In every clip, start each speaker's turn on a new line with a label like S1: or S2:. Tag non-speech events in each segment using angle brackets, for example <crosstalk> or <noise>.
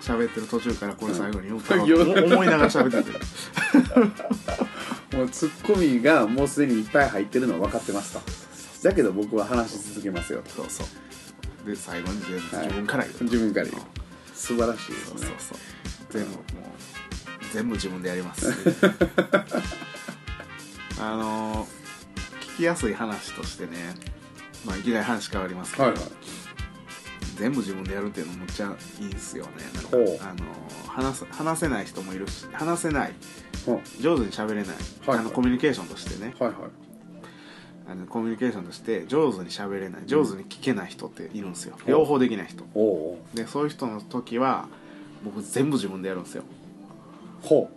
S1: 喋ってる途中からこれ最後に読むかなって思いながら喋ってて
S2: <laughs> もうツッコミがもうすでにいっぱい入ってるのは分かってますとだけど僕は話し続けますよと
S1: そうそうで最後に全部
S2: はい
S1: 自分から言う、
S2: 自分から言う素晴らしいで
S1: そ
S2: す
S1: う
S2: ね
S1: そうそう全部もう全部自分でやり
S2: <laughs>
S1: ますあの聞きやすい話としてねまあいきなり話変わりますけど、
S2: はいはい
S1: 全部自分でやるっていうのむっちゃいいんすよねなんか
S2: ほう
S1: あの話す話せない人もいるし話せない
S2: うん
S1: 上手に喋れない、
S2: はい
S1: あのコミュニケーションとしてね
S2: はいはい
S1: あのコミュニケーションとして上手に喋れない上手に聞けない人っているんですよ、両方できない人
S2: おお
S1: でそういう人の時は僕全部自分でやるんですよ
S2: ほ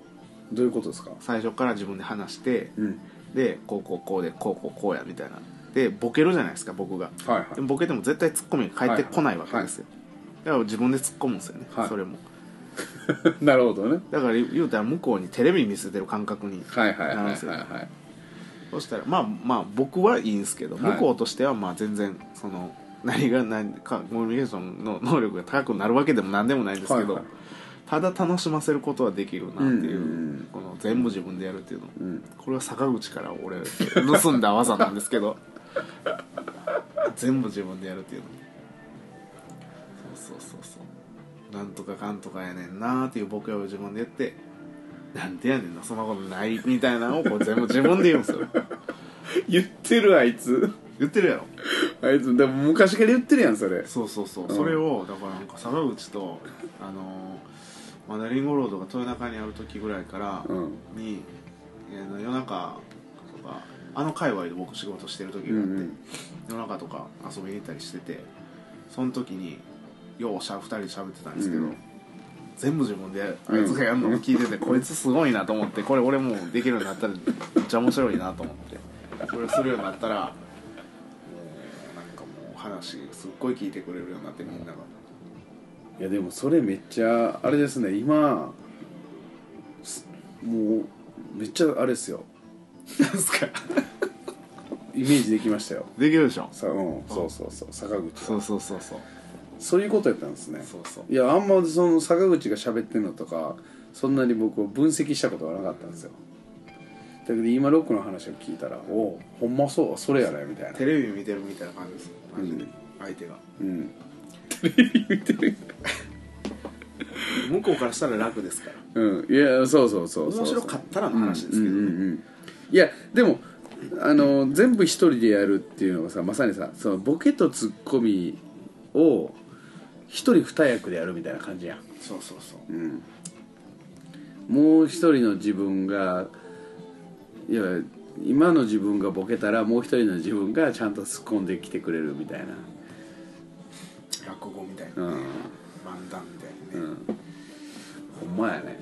S2: うどういうことですか
S1: 最初から自分で話して、
S2: うん
S1: でこうこうこうでこうこうこうやみたいなでボケるじゃないですか僕が
S2: はいはい
S1: でもボケても絶対ツッコミが返ってこないわけですよ、だから自分で突っ込むんですよね、
S2: はい
S1: それも
S2: <laughs> なるほどね
S1: だから言うたら向こうにテレビ見せてる感覚に
S2: はいはいはい
S1: なるん
S2: はい
S1: ですよ
S2: はい
S1: そしたらまあまあ僕はいいんですけど
S2: はい
S1: 向こうとしてはまあ全然その <laughs> 何が何かコミュニケーションの能力が高くなるわけでも何でもないんですけど、
S2: はいはい
S1: ただ楽しませることはできるなっていう,、
S2: うんうん
S1: この全部自分でやるっていうの、
S2: ん
S1: これは坂口から俺盗んだ技なんですけど全部自分でやるっていうのそうそうそうそうなんとかかんとかやねんなーっていうボケを自分で言ってなんでやねんなそんなことないみたいなのをこう全部自分で言うんですよ
S2: 言ってるあいつ
S1: 言ってるやろ
S2: あいつでも昔から言ってるやんそれ
S1: そうそうそう、
S2: ん
S1: それをだからなんか坂口とあのーマダリンゴロードが豊中にある時ぐらいから
S2: うん
S1: に、えー夜中とかあの界隈で僕仕事してる時
S2: う
S1: があ
S2: ん
S1: って、
S2: うん
S1: 夜中とか遊びに行ったりしててその時にようしゃ2人で喋ってたんですけど、
S2: うん
S1: 全部自分であいつがやるのを聞いてて、こいつすごいなと思ってこれ俺もうできるようになったらめっちゃ面白いなと思ってこれするようになったらもうなんかもう話すっごい聞いてくれるようになってみんなが
S2: いやでもそれめっちゃあれですね今すもうめっちゃあれですよ
S1: なんすか
S2: <laughs> イメージできましたよ
S1: できるでしょ
S2: さ、うん、そうそうそう坂口
S1: そうそうそうそう
S2: そういうことやったんですね
S1: そうそう
S2: いやあんまその坂口が喋ってるのとかそんなに僕を分析したことがなかったんですよだけど今ロックの話を聞いたら「おうほんまそうそれやね」みたいな
S1: テレビ見てるみたいな感じですマジで、
S2: うん
S1: 相手が
S2: うんテレビ見てる
S1: 向こうからしたら楽ですから
S2: うんいやそうそうそうそう
S1: 面白かったらの話ですけどね、
S2: うんうんうん、いやでもあの全部一人でやるっていうのがさまさにさそのボケとツッコミを一人二役でやるみたいな感じやん
S1: そうそうそう
S2: うんもう一人の自分がいや今の自分がボケたらもう一人の自分がちゃんと突っ込んできてくれるみたいな
S1: 落語みたいな
S2: う
S1: ね、
S2: ん
S1: 漫談みたいなね、
S2: うんほんまやね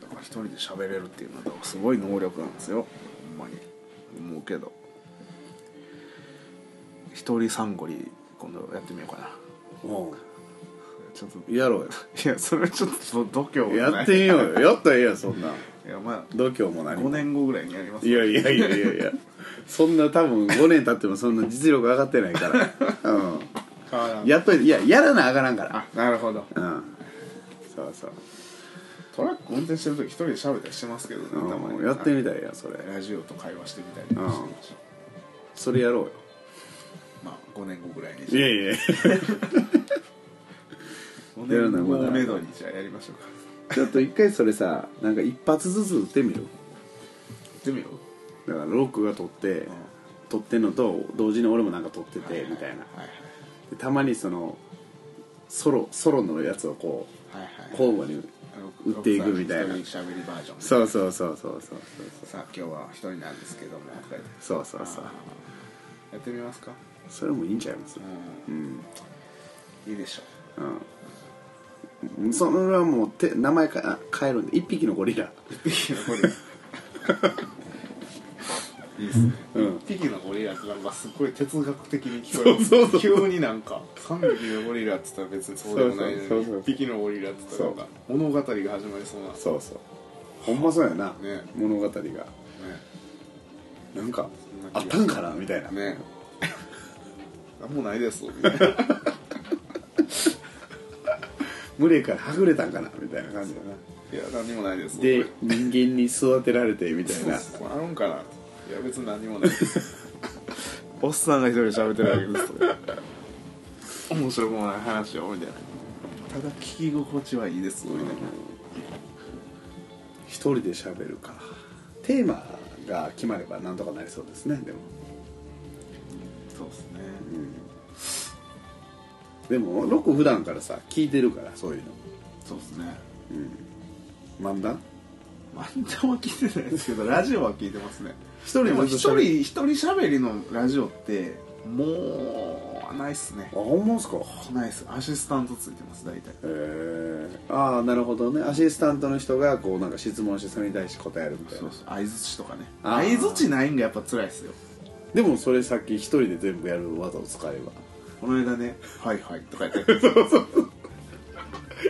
S1: だから一人で喋れるっていうのはすごい能力なんですよほんまに思うけど一人三五里今度やってみようかなちょっとい
S2: やろう
S1: やそれはちょっと度胸
S2: <laughs>
S1: が
S2: よ
S1: ない
S2: やってみようよやったらええやそんない
S1: やまあ
S2: 度胸も何
S1: 5
S2: も
S1: 年後ぐらいにやります
S2: いやいやいやいやいやそんな多分5年経ってもそんな実力上がってないから、うん、
S1: や
S2: やっといていややらなあがらんから
S1: あなるほど
S2: うんそうそう
S1: トラック運転してる時一人で喋ったりしてますけどねたま
S2: うん
S1: に
S2: やってみたいやそれ
S1: ラジオと会話してみたりもしてるし
S2: それやろうよ
S1: まあ5年後ぐらいに
S2: いやいや
S1: 5
S2: やる
S1: 年
S2: な
S1: 後
S2: ま
S1: を
S2: だ
S1: めどにじゃあやりましょうか
S2: ちょっと一回それさなんか一発ずつ打ってみる
S1: やってみよう
S2: だからロックが取って、取ってんのと同時に俺もなんか取っててみたいな
S1: はい
S2: でたまにそのソロソロのやつをこ
S1: はいは
S2: う
S1: い
S2: 交互に
S1: はい
S2: 打っていくみたいな
S1: 一人喋りバージョン
S2: そうそうそうそうそう
S1: さあ今日は一人なんですけどもとか言って
S2: そうそうそうそう
S1: やってみますか
S2: それもいいんちゃいます
S1: う
S2: うん
S1: んいいでしょ
S2: うんそれはもうて名前かあ変えるんで一匹のゴリラ
S1: う一匹のゴリラいいっすね
S2: うん
S1: 一匹のゴリラってなんかすごい哲学的に聞こえる
S2: そうそう
S1: 急になんか三匹のゴリラって言ったら別にそうでもない
S2: そ
S1: の
S2: うそうそう
S1: に
S2: そう
S1: 一匹のゴリラって言ったらなんか物語が始まりそうな
S2: そうそうほんまそうやな、
S1: ね
S2: 物語がなんかあったんかなみたいな、
S1: ね
S2: <laughs>
S1: ねなんもないですみたいな
S2: 群れからはぐれたんかなみたいな感じだない
S1: や何もないです
S2: で人間に育てられてみたい
S1: そう
S2: な
S1: そうあるんかないや別に何もないですおっさんが一人で喋ってるだけです面白くもない話をみたいなただ聞き心地はいいですみたいな
S2: 一人で喋るかテーマが決まればなんとかなりそうですねでも
S1: そうですね
S2: でもロック普段からさ聞いてるからそういうの
S1: そうですね
S2: 漫談
S1: 漫談は聞いてないですけどラジオは聞いてますね
S2: 一
S1: でも
S2: 人
S1: 一
S2: ずっと喋
S1: 人
S2: る
S1: 一人喋りのラジオってもうないっすね
S2: あほんまっすか
S1: ないっすアシスタントついてます大体
S2: へえああなるほどねアシスタントの人がこうなんか質問してそれに対して答えるみたい
S1: そ
S2: な
S1: うそう相づちとかね
S2: あ
S1: 相
S2: ー
S1: づちないんがやっぱ辛いっすよ
S2: でもそれさっき一人で全部やる技を使えば
S1: この間ね「はいはい」とか言って
S2: <laughs>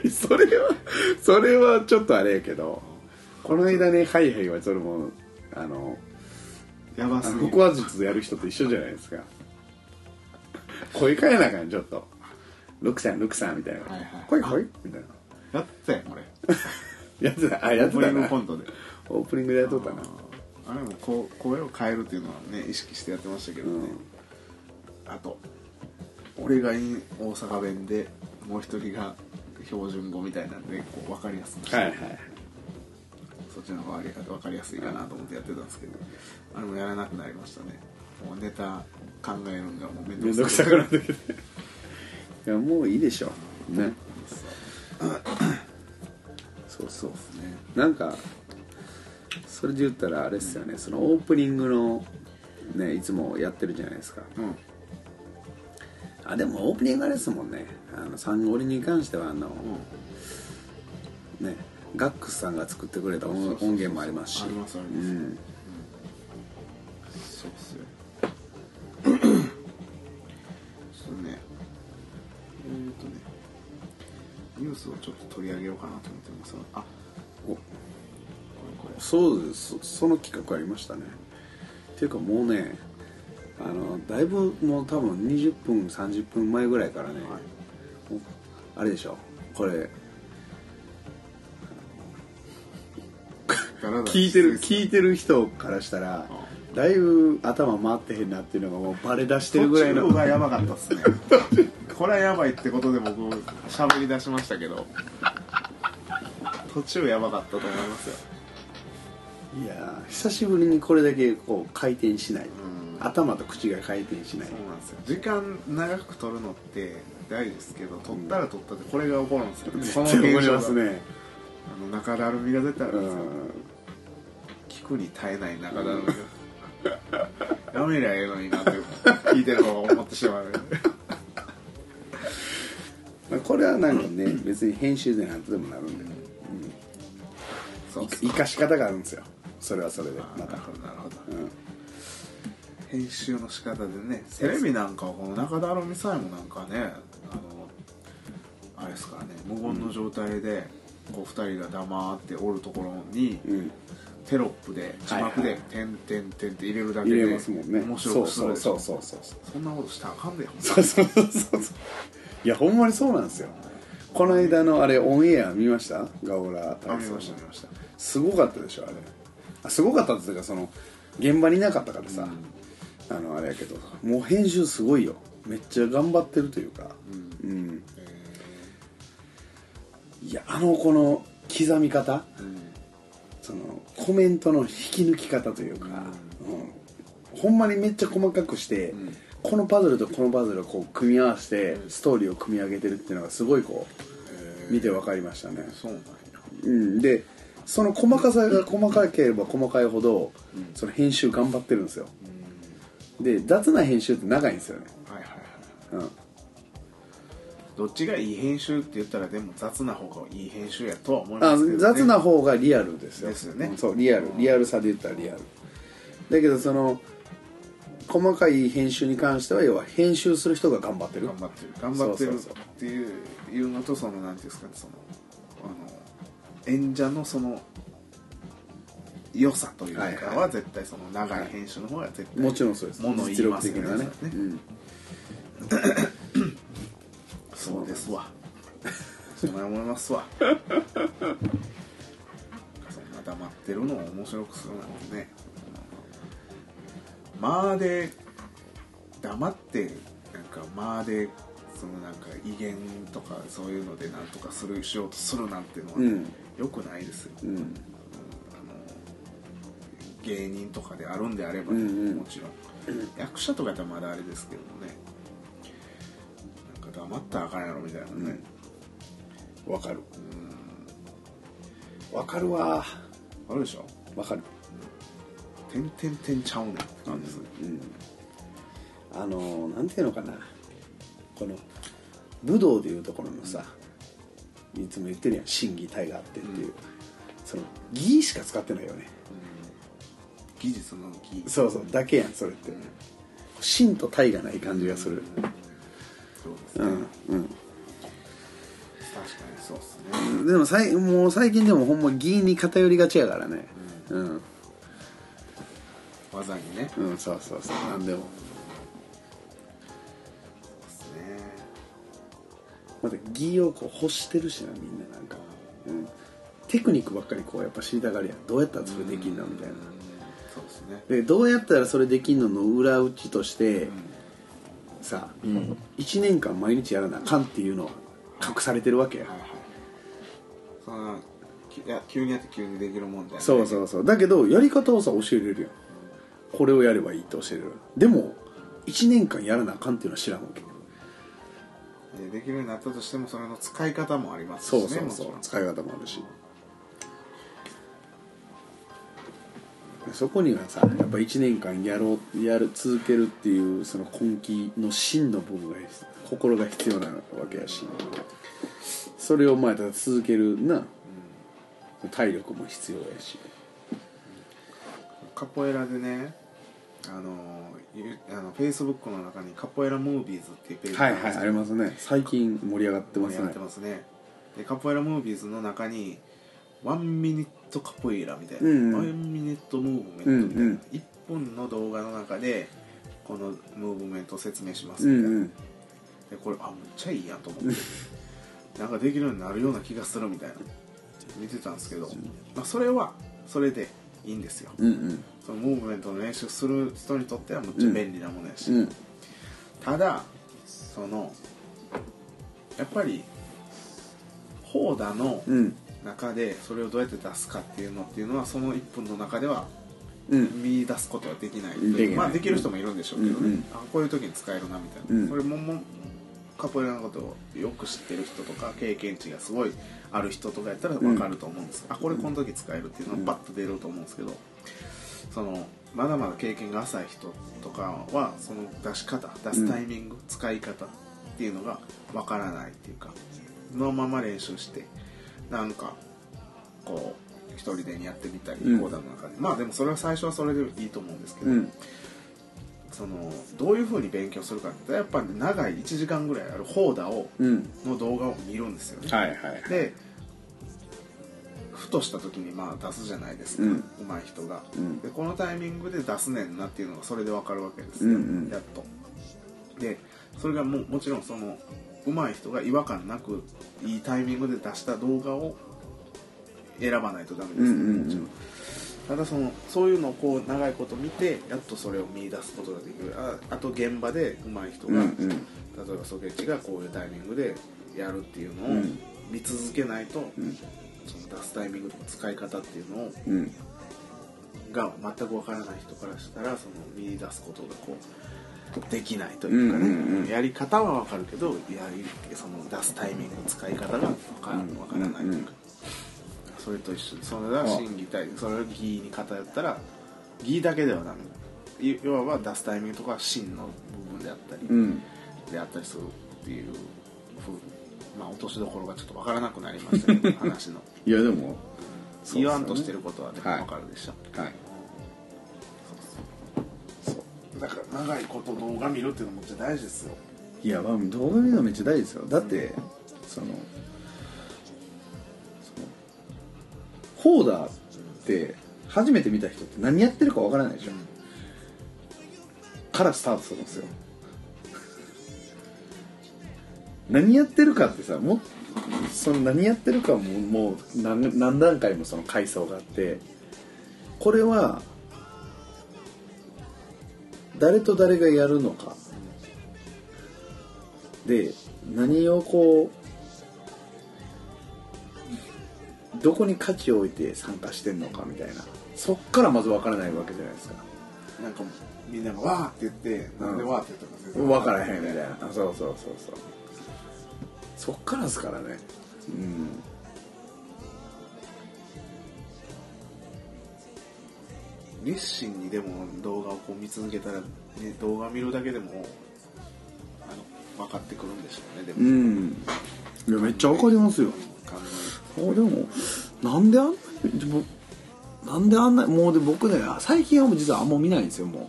S2: それはそれはちょっとあれやけどこの間ねハイハイはそれもあの
S1: やば
S2: あ
S1: す
S2: の
S1: ぎ
S2: 腹話術やる人と一緒じゃないですか声変えなあかんちょっと「ルクさんルクさん」みたいな
S1: はいはい
S2: 「声声?」みたい
S1: や
S2: な
S1: ってたよこれ
S2: やってたあやって
S1: オープ
S2: た
S1: ニング
S2: な
S1: コントで
S2: オープニングでやっとったな
S1: あれもこう声を変えるっていうのはね意識してやってましたけどね、あと俺が in 大阪弁でもう一人が標準語みたいなんでこう分かりやすくして、
S2: はいはい
S1: そっちの方が分かりやすいかなと思ってやってたんですけどあれもやらなくなりましたねもうネタ考えるのがもうめん
S2: 面
S1: ど
S2: 倒
S1: く
S2: く
S1: さ
S2: さ
S1: い
S2: くなってきていやもういいでしょねそうそう
S1: ね
S2: なんかそれで言ったらあれっすよねそのオープニングのねいつもやってるじゃないですか
S1: うん
S2: あでもオープニングあれですもんねあのサンゴリに関してはあの、ねガックスさんが作ってくれた音音源もありますし
S1: ありますあり
S2: う
S1: ます、
S2: ん
S1: そうっすよそうねえー、とねニュースをちょっと取り上げようかなと思ってますあ
S2: お
S1: これこれ
S2: そうですそその企画ありましたねっていうかもうねあのだいぶもう多分20分30分前ぐらいからね、
S1: はい
S2: もうあれでしょこれ
S1: ダラダラ
S2: 聞いてる聞いてる人からしたらだいぶ頭回ってへんなっていうのがもうバレ出してるぐらいの
S1: 途中がやばかったっすねこれはやばいってことで僕喋り出しましたけど途中やばかったと思いますよ
S2: いやー久しぶりにこれだけこう回転しない、
S1: ん
S2: 頭と口が回転しない
S1: そうなんですよ時間長く取るのって大事ですけど取ったら取ったってこれが起こるんですよ、その
S2: 絶
S1: 現
S2: 対怒り
S1: 象
S2: ま
S1: が
S2: すね
S1: あの中だるみが絶対ある
S2: うん
S1: ですよ、
S2: ん
S1: 聞くに耐えない中だろうけどやめりゃええのになって聞いてる方が思ってしまう
S2: まあこれはなんかね別に編集でなんとでもなるんで、
S1: そうっす
S2: 生かし方があるんですよそれはそれで
S1: あー
S2: ま
S1: なる
S2: た
S1: ほどなるほど
S2: うん
S1: 編集の仕方でねテレビなんかはこの中だるみさえもなんかねあのあれですからね無言の状態で、こう2人が黙っておるところに、
S2: うん
S1: テロップで字幕
S2: は
S1: で
S2: い
S1: 「てんてんてん」って入れるだけ
S2: 入
S1: で
S2: れますもんね
S1: 面白くするでし
S2: そ
S1: ょ
S2: うそうそうそう
S1: そんなことしたらあかんでよ
S2: そうそうそうそうそういやほんまにそうなんですよこの間のあれオンエア見ましたガオラ
S1: あ
S2: 体
S1: 見
S2: 操
S1: ました見ました
S2: すごかったでしょあれあすごかったっていうかその現場にいなかったからさ、あのあれやけどもう編集すごいよめっちゃ頑張ってるというかうん、いやあのこの刻み方
S1: うん
S2: そのコメントの引き抜き方というか、うんほんまにめっちゃ細かくして、
S1: ん
S2: このパズルとこのパズルをこう組み合わせてストーリーを組み上げてるっていうのがすごいこう見て分かりましたね、
S1: そうなんや
S2: うん、でその細かさが細かければ細かいほど、その編集頑張ってるんですよ、で雑な編集って長いんですよね、
S1: はいはいはい
S2: うん、
S1: どっちがいい編集って言ったらでも雑な方がいい編集やとは思いま
S2: あ
S1: すけど、ね、
S2: 雑な方がリアルですよ
S1: ですよね
S2: うんそうリアルリアルさで言ったらリアルだけどその細かい編集に関しては要は編集する人が頑張ってる
S1: 頑張ってる頑張ってるっ
S2: そうそうそう
S1: ていういうのとそのなんていうんですかねそのあの演者のその良さというか
S2: はいは
S1: は絶対その長い編集の方が絶対
S2: もちろんそうです
S1: 物言い
S2: 実力
S1: ます
S2: 的
S1: よね
S2: なね
S1: それはね
S2: うん
S1: そうですわそんな思いますわそんな黙ってるのを面白くするなんてねまあで黙ってなんかまあでそのなんか威厳とかそういうのでなんとかするしようとするなんてのは、ね
S2: うん
S1: よくないですよ、
S2: うん
S1: 芸人とかであるんであれば、
S2: うんうん
S1: もちろん役者とかやったらまだあれですけどもねなんか黙ったらあかんやろみたいなね、
S2: わかるわかるわ
S1: あるでしょ
S2: わかる
S1: 「てんてんてんちゃうねん」って感じですね、
S2: うんあのなんていうのかなこの武道でいうところのさいつも言ってるやん心技体があってっていう、その儀しか使ってないよね
S1: 技術の技
S2: そうそうだけやんそれって
S1: ん
S2: 心と体がない感じがする
S1: そうです
S2: う
S1: ね、
S2: んうん
S1: 確かにそうですね、
S2: でもさいもう最近でもほんま議員に偏りがちやからねうん
S1: 技にね
S2: うん、そうそうそうなんでも
S1: そうですね
S2: また義をこう欲してるしなみんななんか、うん、テクニックばっかりこうやっぱ知りたがるやんどうやったらそれできんのみたいな
S1: うんそうですね
S2: でどうやったらそれできんのの裏打ちとして、さ、1年間毎日やらなあかんっていうのは隠されてるわけや、
S1: はいはいそんなきいや急にやって急にできるもんじゃない
S2: そうそうそうだけどやり方をさ教えれるやんこれをやればいいって教えれるでも1年間やらなあかんっていうのは知らんわけ
S1: でできるようになったとしてもそれの使い方もありますし
S2: そ
S1: ね
S2: うそう
S1: もち
S2: そう
S1: ろん
S2: 使い方もあるしそこにはさやっぱ1年間やろうやる続けるっていうその根気の芯の部分が必心が必要なわけやしそれをまあ続けるな体力も必要やし
S1: カポエラでねあのゆあのフェイスブックの中にカポエラムービーズっていうページが
S2: は
S1: あ
S2: い
S1: るんで
S2: は
S1: す
S2: いあ
S1: け
S2: り
S1: ど
S2: ますね最近盛り上がってます
S1: やっ
S2: ね
S1: てますねでカポエラムービーズの中にワンミニットカポエラみたいな、
S2: うんうん
S1: ワンミニットムーブメントみたいな、
S2: うんうん
S1: 1本の動画の中でこのムーブメントを説明します
S2: う
S1: み
S2: ん
S1: たいな、
S2: うん
S1: でこれあむっちゃいいやんと思って
S2: <laughs>
S1: なんかできるようになるような気がするみたいな見てたんですけど、まあ、それはそれでいいんですよ
S2: うんうん
S1: そのムーブメントの練習する人にとってはむっちゃ便利なものやし、
S2: うん
S1: ただそのやっぱり放打の
S2: うん
S1: 中でそれをどうやって出すかっていうのっていうのはその1分の中では
S2: うん
S1: 見出すことはできないと
S2: でき
S1: い
S2: な
S1: う
S2: い
S1: まあできる人もいるんでしょうけどね、
S2: うんうん
S1: あこういう時に使えるなみたいな、
S2: うん
S1: それももカポエラのことをよく知ってる人とか経験値がすごいある人とかやったら分かると思うんですけど、あこれこの時使えるっていうのがバッと出ると思うんですけどそのまだまだ経験が浅い人とかはその出し方出すタイミング、使い方っていうのが分からないっていうかそのまま練習してなんかこう一人でやってみたり
S2: うん
S1: 講談の中で、まあでもそれは最初はそれでいいと思うんですけど、
S2: うん
S1: そのどういうふうに勉強するかってやっぱり長い1時間ぐらいある放打を
S2: うん
S1: の動画を見るんですよね、
S2: はいはい
S1: でふとした時にまあ出すじゃないですか、
S2: うん
S1: 上手い人が、
S2: うん
S1: でこのタイミングで出すねんなっていうのがそれでわかるわけです
S2: うん
S1: よ、
S2: うん
S1: やっとでそれがもうもちろんその上手い人が違和感なくいいタイミングで出した動画を選ばないとダメですよね、
S2: うんうんうん
S1: もちろんただそのそういうのをこう長いこと見てやっとそれを見出すことができるああと現場で上手い人が、
S2: うんうん
S1: 例えばソケッチがこういうタイミングでやるっていうのを
S2: うん
S1: 見続けないと、その出すタイミングとか使い方っていうのを
S2: うん
S1: が全くわからない人からしたらその見出すことがこうできないというかね、
S2: うんうんうん
S1: やり方はわかるけどやりその出すタイミングの使い方がわから
S2: うん
S1: わからないというか、それと一緒でそれが
S2: あ
S1: 審議体それが義に偏ったら義だけではダメい要は出すタイミングとか真の部分であったり、
S2: うん
S1: であったりするっていうふうにまあ落としどころがちょっとわからなくなりましたけ
S2: <laughs>
S1: ど話の
S2: いやでもそうです
S1: 言
S2: よね
S1: わんとしてることはでも
S2: はい
S1: わかるでしょ、
S2: はい
S1: そうだから長いこと動画見るっていうのもめっちゃ大事ですよ
S2: いやまあ動画見るのめっちゃ大事ですよだってそのそのホーダーって初めて見た人って何やってるかわからないでしょ、からスタートするんですよ何やってるかってさもその何やってるかももう何何段階もその階層があってこれは誰と誰がやるのかで何をこうどこに価値を置いて参加してんのかみたいなそっからまず分からないわけじゃないですか
S1: なんかみんなが「わー」って言って「なんでわー」って言ったか全然
S2: 分からへんみたいなあそうそうそうそうそっからですからねうん
S1: 熱心にでも動画をこう見続けたら、ね、動画見るだけでもあの分かってくるんでしょうねでも、
S2: うんいやめっちゃ分かりますよ
S1: 考
S2: あでもなんであんなにでもなんであんなもうで僕ね最近はもう実はあんま見ないんですよも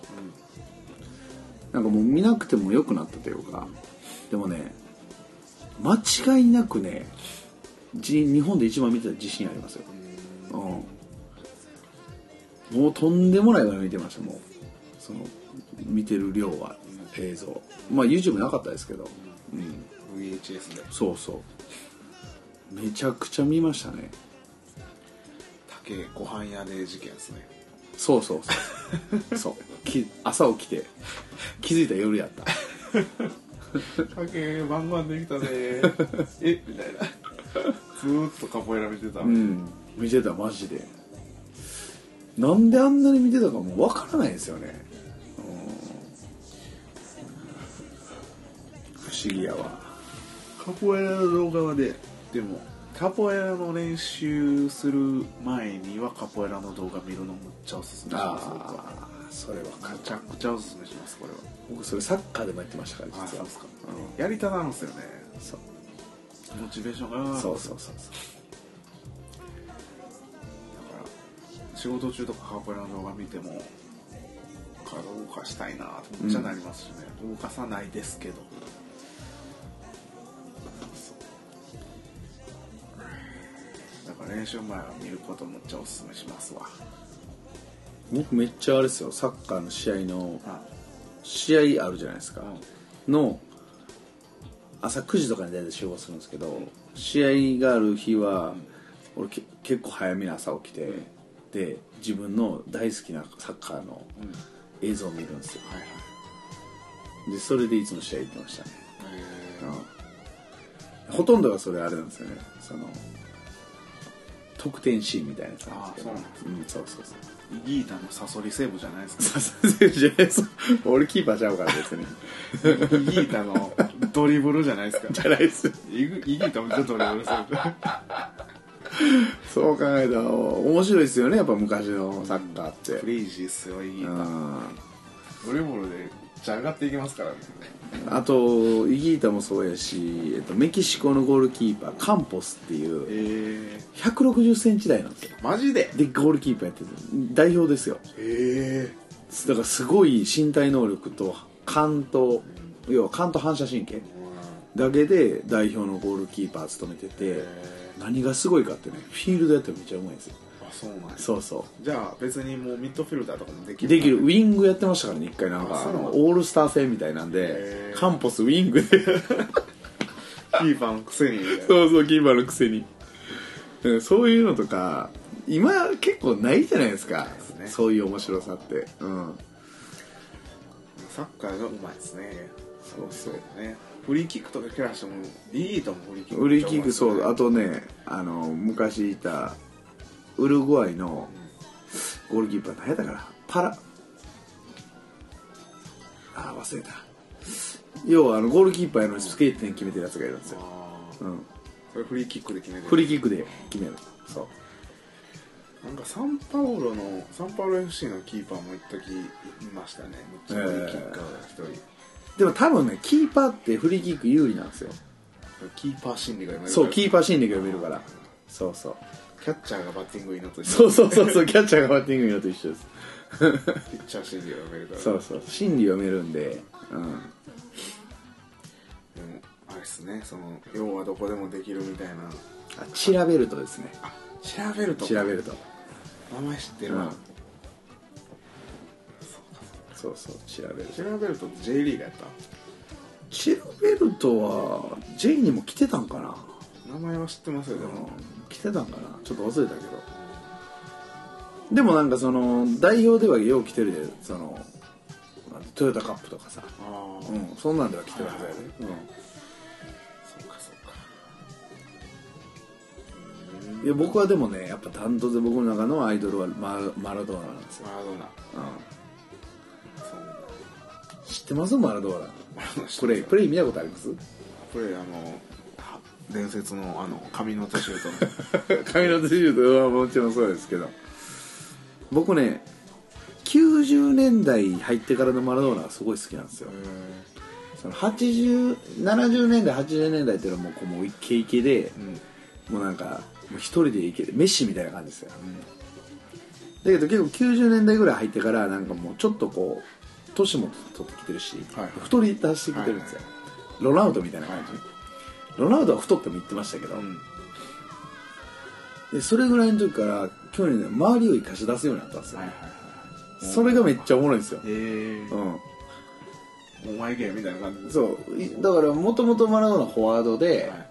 S2: うなんかもう見なくても良くなったというかでもね間違いなくねじ日本で一番見てた自信ありますよ
S1: えうん
S2: うん、もうとんでもないぐらい見てましたもうその見てる量は映像まあ YouTube なかったですけどうん
S1: うん VHS で
S2: そうそうめちゃくちゃ見ましたね
S1: 竹ご飯屋で事件ですね
S2: そうそうそうそうき朝起きて気づいたら夜やった
S1: 竹晩ご飯できたね <laughs> えみたいなずーっとカポエラ見てた、
S2: うん見てたマジでなんであんなに見てたかもうわからないですよねうん不思議やわ
S1: カポエラの動画はねでもカポエラの練習する前にはカポエラの動画見るのむっちゃおすすめします僕は
S2: ああそれわか
S1: めちゃくちゃおすすめしますこれは
S2: 僕それサッカーでもやってましたか
S1: あ
S2: ら実
S1: そう
S2: は
S1: ですか、やりたなるんですよね
S2: そう
S1: モチベーションが上がる
S2: そうそうそうそう
S1: だから仕事中とかカープラの動画見ても体動かしたいなってめっちゃなりますしね、動かさないですけどだから練習前は見ることむっちゃおすすめしますわ
S2: 僕めっちゃあれですよサッカーの試合の
S1: あ
S2: 試合あるじゃないですか、
S1: う
S2: の朝9時とかに大体集合するんですけど試合がある日は、俺け結構早めに朝起きて、で自分の大好きなサッカーの
S1: うんは
S2: 映像を見るんですよ
S1: いはい
S2: でそれでいつも試合行ってましたね、
S1: え
S2: うんほとんどがそれあれなんですよねその得点シーンみたいな感じで
S1: あーそ
S2: うん、そうそうそう
S1: ー、ギータのサソリセーブじゃないですか
S2: 笹選手じゃないです俺キーパーちゃうから別に
S1: イギータのドリブルじゃないですか
S2: じゃないです
S1: イグイギータめっちゃドリブルする
S2: そう考えたら面白いですよねやっぱ昔のサッカーって
S1: クレイジーっすよイギ
S2: う
S1: ータ
S2: ん
S1: ドリブルでじゃ上がっていきますからね
S2: あとイギータもそうやし、えっと、メキシコのゴールキーパーカンポスって
S1: え
S2: いう
S1: ー、
S2: 1 6 0ンチ台なんですよ
S1: マジで
S2: でゴールキーパーやってる代表ですよ
S1: え
S2: だからすごい身体能力と勘と要は勘と反射神経だけで代表のゴールキーパー務めてて何がすごいかってねフィールドやってめっちゃうまいんですよ
S1: あそうなんや
S2: そうそう
S1: じゃあ別にもうミッドフィルダーとかもできる
S2: できるウイングやってましたからね一回なん
S1: あ
S2: か
S1: そう
S2: あのオールスター戦みたいなんで
S1: へー
S2: カンポスウイングで
S1: キ
S2: <laughs>
S1: ーパーのくせに
S2: そうそうキーパーのくせにうんそういうのとか今結構ないじゃないですか
S1: ですね
S2: そういう面白さってうん
S1: サッカーがうまいですね
S2: そうそう
S1: ねフリーキックとか蹴らしてもイギータもフリーキック
S2: フリーキックそうあ
S1: あ
S2: とねあの昔いたウルグアイのゴールキーパー何やったかなパラあー忘れた要はあのゴールキーパーへのスケートに決めてるやつがいるんですよ、
S1: あー
S2: うん、
S1: これフリーキックで決めてる
S2: フリーキックで決めるそう
S1: なんかサンパウロのサンパウロ FC のキーパーも一時いましたねむっちゃフリーキッカーが一人、
S2: でも多分ねキーパーってフリーキック有利なんですよ
S1: キーパー心理が今
S2: そうキーパー心理が読めるからそうそう
S1: キャッチャーがバッティングいいのと一緒
S2: そうそうそう <laughs> そうキャッチャーがバッティングによって一緒です
S1: ピッチャー心理が読めるから
S2: <laughs> そうそう心理読めるんでうん
S1: でもあれですねその要はどこでもできるみたいな
S2: あ調べるとですね
S1: あ調べると
S2: 調べると
S1: 名前知って
S2: う
S1: るわ、
S2: んそうそう調べる
S1: 調べると J リーグやった
S2: 調べるとは J にも来てたんかな
S1: 名前は知ってますよでも
S2: 来てたんかなちょっと忘れたけどでもなんかその代表ではよう来てるでそのトヨタカップとかさ、
S1: ああ
S2: うん、そんなんでは来てるはずやで、
S1: そうかそうか
S2: うん、いや僕はでもねやっぱダントツで僕の中のアイドルはマラマラドーナなんですよ、
S1: マラドーナ
S2: うん、
S1: そう
S2: 知ってますマラドーナ
S1: マラドーナ知ってます
S2: プレイプレイ見たことあります <laughs>
S1: これあのは伝説のあの髪の年上との
S2: 髪の手術はもちろんそうですけど僕ね90年代入ってからのマラドーナがすごい好きなんですよ、
S1: え
S2: その8070年代80年代っていうのはもうこうもうイケイケで
S1: ー、う、ん
S2: もうなんかもう一人でイケるメッシみたいな感じですよ、だけど結構90年代ぐらい入ってからなんかもうちょっとこう年も取ってきてるし、
S1: はい
S2: 太り出してきてるんですよ、ロナウドみたいな感じ、
S1: は
S2: ロナウドは太っても言ってましたけど、
S1: うんうん
S2: でそれぐらいの時から去年ね周りを生かし出すようになったんですよ、
S1: はいはいはい
S2: それがめっちゃおもろいんですよ、
S1: えー
S2: うん
S1: お前芸みたいな感じう
S2: そういだからもともとマラドーナはフォワードで、
S1: はい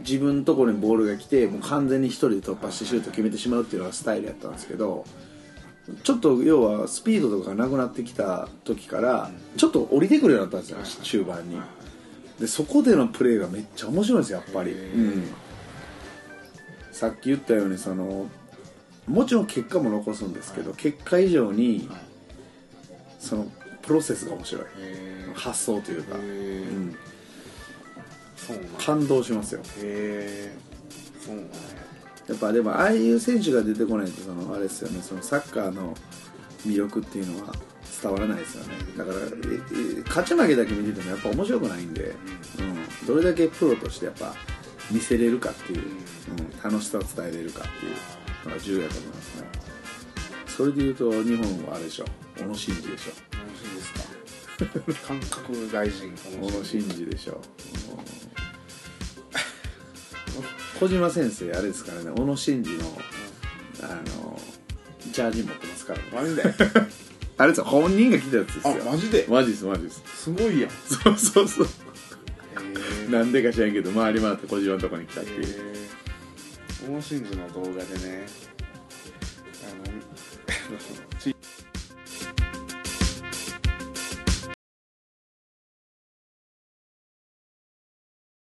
S2: 自分のところにボールが来てもう完全に一人で突破してシュート決めてしまうっていうのがスタイルやったんですけどちょっと要はスピードとかがなくなってきた時からちょっと降りてくるようになったんですよ中盤にでそこでのプレーがめっちゃ面白いんですよやっぱり、
S1: へー
S2: うんさっき言ったようにそのもちろん結果も残すんですけど結果以上に
S1: はい
S2: そのプロセスが面白い
S1: えー
S2: 発想という
S1: え
S2: か、う
S1: ー
S2: ん、
S1: そうなんだ
S2: 感動しますよ
S1: へえそうなんや
S2: やっぱでもああいう選手が出てこないとそのあれですよねそのサッカーの魅力っていうのは伝わらないですよねだからええ勝ち負けだけ見ててもやっぱ面白くないんで、うん、どれだけプロとしてやっぱ見せれるかっていう、うん、楽しさを伝えれるかっていうのが重要だと思いますねそれでいうと日本はあれでしょ小野伸二でしょ
S1: 楽しいですか感覚外人
S2: 小野
S1: 楽しい
S2: 伸二でしょ、うん小島先生あれですからね小野伸二のあのジャージ持ってますからね
S1: マジで
S2: あれですよ本人が来たやつです
S1: あ
S2: よ
S1: マジで
S2: マジですマジです
S1: すごいやんへ
S2: そうそうそう
S1: え
S2: なんでか知らんけど回り回って小島のとこに来たっていう、
S1: えー、オモシンジの動画でねあのち